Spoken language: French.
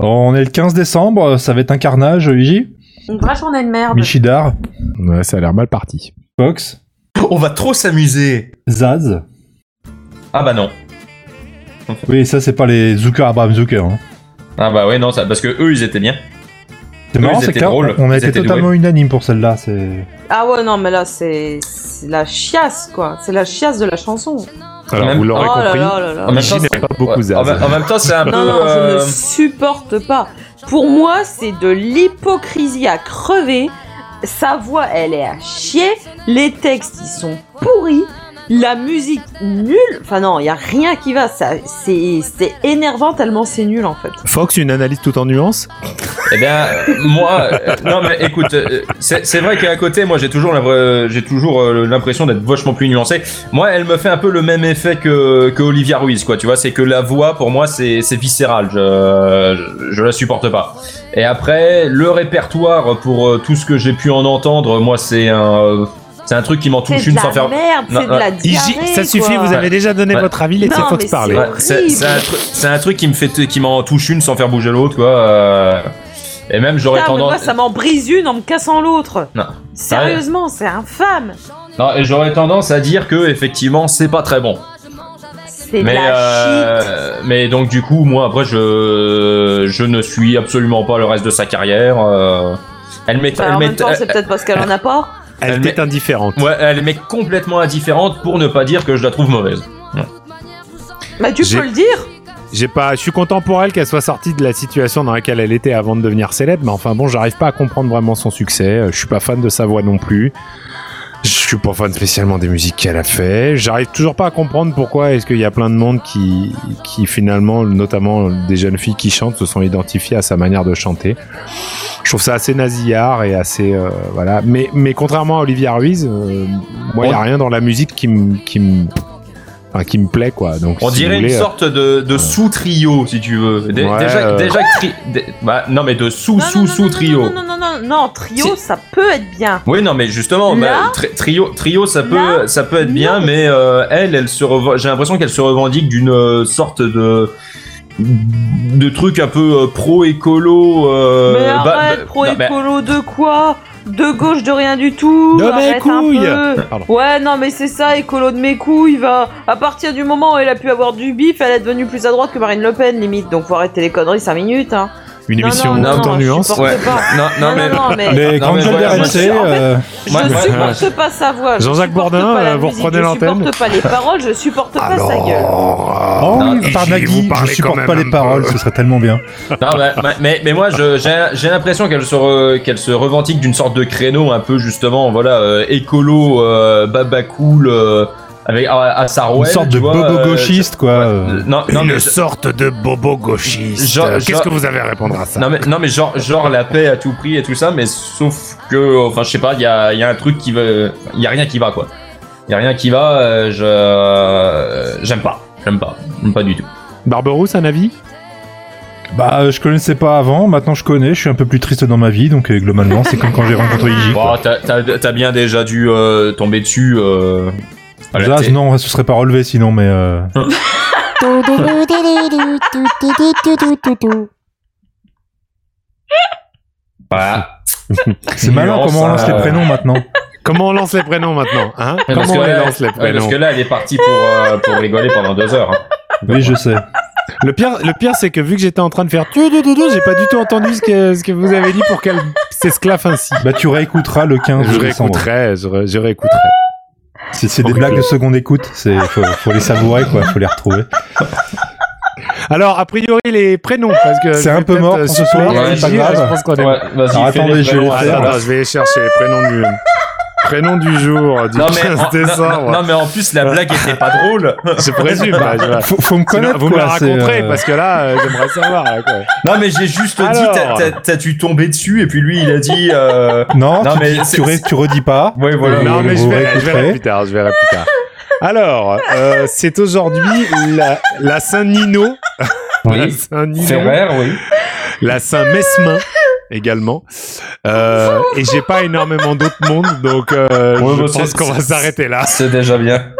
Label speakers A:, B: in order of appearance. A: On est le 15 décembre, ça va être un carnage, Iji.
B: Une vraie journée de merde.
A: Michidar,
C: Ouais, ça a l'air mal parti.
A: Fox,
D: On va trop s'amuser.
A: Zaz.
D: Ah bah non.
A: Oui, ça, c'est pas les Zucker, Abraham Zucker. hein.
D: Ah bah ouais, non, ça, parce que eux, ils étaient bien.
A: C'est
D: Eux,
A: marrant,
D: ils
A: c'est
D: étaient
A: que là,
D: drôles,
A: on a
D: ils
A: été
D: étaient
A: totalement unanime pour celle-là. C'est
B: Ah ouais, non, mais là, c'est c'est la chiasse, quoi. C'est la chiasse de la chanson.
C: Alors,
D: Même-
C: vous l'aurez
B: oh là
C: compris,
B: là là là.
D: En même
C: Iji
D: temps,
C: n'aime pas beaucoup
D: Ouais,
C: Zaz.
D: En, même- en même temps, c'est un peu.
B: Non, non,
D: euh,
B: je ne supporte pas. Pour moi, c'est de l'hypocrisie à crever. Sa voix, elle est à chier. Les textes, ils sont pourris. La musique, nulle. Enfin, non, il n'y a rien qui va. Ça, C'est c'est énervant tellement c'est nul, en fait.
C: Fox, une analyse tout en nuances
D: Eh bien, euh, moi, euh, non mais écoute, euh, c'est c'est vrai qu'à côté, moi j'ai toujours la vraie- j'ai toujours euh, l'impression d'être vachement plus nuancé. Moi, elle me fait un peu le même effet que, que Olivia Ruiz, quoi. Tu vois, c'est que la voix pour moi c'est c'est viscéral, je, je, je la supporte pas. Et après, le répertoire pour euh, tout ce que j'ai pu en entendre, moi c'est un euh, c'est un truc qui m'en
B: C'est
D: touche
B: de
D: une
B: la
D: sans faire.
B: merde,
D: Non,
B: c'est de
D: non.
B: la
C: Iji,
B: diarrhée,
C: ça suffit,
B: quoi.
C: vous avez déjà donné
D: Ouais.
C: votre avis, laissez
B: Non,
C: Fox
B: mais
C: parler.
B: c'est-
D: Ouais, c'est c'est un, truc- c'est un truc qui me fait qui m'en touche une sans faire bouger l'autre, quoi. euh, Et même j'aurais
B: Putain, mais
D: tendance.
B: moi, ça m'en brise une en me cassant l'autre.
D: Non.
B: Sérieusement, c'est infâme.
D: Non, et j'aurais tendance à dire que effectivement c'est pas très bon.
B: C'est de
D: Mais
B: la shit.
D: euh, mais donc du coup moi après je je ne suis absolument pas le reste de sa carrière. euh, Elle m'est
B: Bah,
D: elle
B: en même
D: m'est-
B: temps,
D: elle-
B: c'est peut-être parce qu'elle en a pas.
C: Elle
D: Elle
C: était indifférente.
D: ouais, elle m'est complètement indifférente pour ne pas dire que je la trouve mauvaise.
B: Bah, tu
C: J'ai-
B: peux le dire.
C: J'ai pas, je suis content pour elle qu'elle soit sortie de la situation dans laquelle elle était avant de devenir célèbre, mais enfin bon, j'arrive pas à comprendre vraiment son succès. euh, Je suis pas fan de sa voix non plus. Je suis pas fan spécialement des musiques qu'elle a fait. J'arrive toujours pas à comprendre pourquoi est-ce qu'il y a plein de monde qui, qui finalement, notamment des jeunes filles qui chantent, se sont identifiées à sa manière de chanter. Je trouve ça assez nasillard et assez euh, voilà. Mais mais contrairement à Olivia Ruiz, euh, moi il y a rien dans la musique qui me qui me enfin, qui me plaît quoi. Donc
D: On
C: si
D: dirait
C: vous voulez, euh,
D: une sorte de, de sous trio si tu veux. Dé-
C: Ouais,
D: déjà
C: euh.
D: déjà que tri- dé- bah, non mais de sous
B: Non, non,
D: sous
B: non,
D: sous
B: non,
D: trio.
B: Non, non, non, non, non, non, trio, ça peut être bien.
D: Oui, non, mais justement,
B: Là
D: bah, tri- trio, trio, ça peut,
B: Là
D: ça peut être
B: Non.
D: bien, mais euh, elle, elle se, revo- j'ai l'impression qu'elle se revendique d'une euh, sorte de de truc un peu euh, pro écolo. Euh,
B: mais
D: bah-
B: arrête,
D: bah- non, mais-
B: pro-écolo de quoi De gauche, de rien du tout
C: De mes
B: arrête un
C: couilles
B: peu.
C: Pardon.
B: Ouais, non, mais c'est ça, écolo de mes couilles, va. À partir du moment où elle a pu avoir du bif, elle est devenue plus à droite que Marine Le Pen, limite. Donc faut arrêter les conneries 5 minutes, hein.
C: Une
B: Non,
C: émission
B: non,
C: tout
B: non,
C: en
B: je
C: nuances.
B: supporte
D: Ouais.
B: pas.
D: non, non,
B: Non,
D: mais.
B: non, non, mais.
A: les
D: Ah, non,
A: grandes
D: mais
A: gueules
D: voilà,
A: des RMC,
D: moi,
B: je suis- en fait,
A: euh,
D: Moi,
B: je
D: moi-
B: supporte pas sa voix. je
C: Jean-Jacques
B: supporte
C: Bourdin,
B: pas la
C: euh, vous
B: musique,
C: reprenez
B: Je
C: l'antenne. Ah
B: supporte pas les paroles, je supporte pas sa gueule.
A: Oh,
D: Non,
A: oui, par
C: Iji, vous
A: Nagui, je
C: parlez quand
A: supporte
C: même
A: pas
C: un
A: les
C: peu.
A: paroles,
D: euh,
A: ce serait tellement bien.
D: Non, bah, bah, mais, mais moi, je- j'ai j'ai l'impression qu'elle se, re- qu'elle se revendique d'une sorte de créneau un peu, justement, voilà, euh, écolo, euh, baba cool, euh, avec, à, à
A: Une
D: Sarwell,
A: sorte de
D: tu vois,
A: bobo
D: euh,
A: gauchiste, quoi. euh.
D: Non, non, mais je-
C: sorte de bobo gauchiste.
D: Jean- Jean-
C: vous avez à répondre à ça
D: Non mais, non mais genre, genre la paix à tout prix et tout ça, mais sauf que, enfin je sais pas, il y a, y a un truc qui veut... Il y a rien qui va quoi. Il y a rien qui va, euh, je... euh, J'aime pas. J'aime pas. J'aime pas du tout.
C: Barberousse, un avis
A: Bah, euh, je connaissais pas avant, maintenant je connais, je suis un peu plus triste dans ma vie, donc euh, globalement, c'est comme quand j'ai rencontré Iji.
D: Bon, t'as- t'as t'as bien déjà dû euh, tomber dessus. Euh... à la
A: Zaz,
D: télé.
A: non, ce serait pas relevé sinon, mais. euh,
D: Voilà.
A: C'est malin comment on lance
D: euh,
A: les prénoms maintenant.
C: Comment on lance les prénoms maintenant hein
D: Ouais,
C: Comment
D: parce
C: on
D: que
C: les
D: là-
C: lance les
D: Ouais, parce
C: prénoms
D: que là, elle est partie pour, euh, pour rigoler pendant deux heures. hein.
A: Oui, je sais.
C: Le pire, le pire c'est que vu que j'étais en train de faire tu tu, tu, tu, j'ai pas du tout entendu ce que, ce que vous avez dit pour qu'elle s'esclaffe ainsi.
A: Bah, tu réécouteras le 15
C: Je
A: décembre.
C: réécouterai, je, ré- je réécouterai.
A: C'est c'est des blagues de seconde écoute, c'est faut, faut les savourer, quoi, faut les retrouver.
C: Alors, a priori, les prénoms, parce que...
A: C'est
C: je vais
A: un peu
C: peut-être,
A: mort
C: euh,
A: pour ce
C: supprimer
A: soir,
C: les
D: c'est pas
C: gilets,
A: grave.
C: Je pense qu'on est...
D: Ouais, vas-y,
A: Alors,
D: fais
A: attendez,
D: les
A: je vais
D: prénoms,
A: les
D: à
A: faire.
C: Attends,
D: la place.
C: attends, Ah, je vais aller chercher les prénoms du... Prénom du jour, du
D: Non
C: 15
D: mais, en,
C: décembre.
D: non, non, mais en plus la blague était pas drôle.
C: Je présume, bah, je-
A: Faut, faut me
C: Sinon,
A: connaître,
C: vous me
A: quoi,
C: la
A: c'est,
C: raconterez
A: euh,
C: parce que là, euh, j'aimerais savoir. là, quoi.
D: Non mais j'ai juste dit
C: Alors.
D: t'as- t'as- t'as dû tomber dessus et puis lui il a dit euh,
A: Non,
D: Non,
A: tu,
D: mais
A: dis-
D: c'est-
A: tu, ré- tu redis pas.
D: Ouais, voilà.
A: Euh,
C: non, mais je
A: vous
C: verrai, je
A: réécouterez.
C: verrai plus tard. Je verrai plus tard. Alors, euh, c'est aujourd'hui la, la Saint-Nino, la
D: oui, c'est
C: Saint-Nino,
D: rare oui.
C: la Saint-Mesmin également. Euh, et j'ai pas énormément d'autres mondes, donc euh,
D: Ouais,
C: je
D: bah,
C: pense
D: c'est-
C: qu'on va
D: c'est-
C: s'arrêter là.
D: Ah, C'est déjà bien.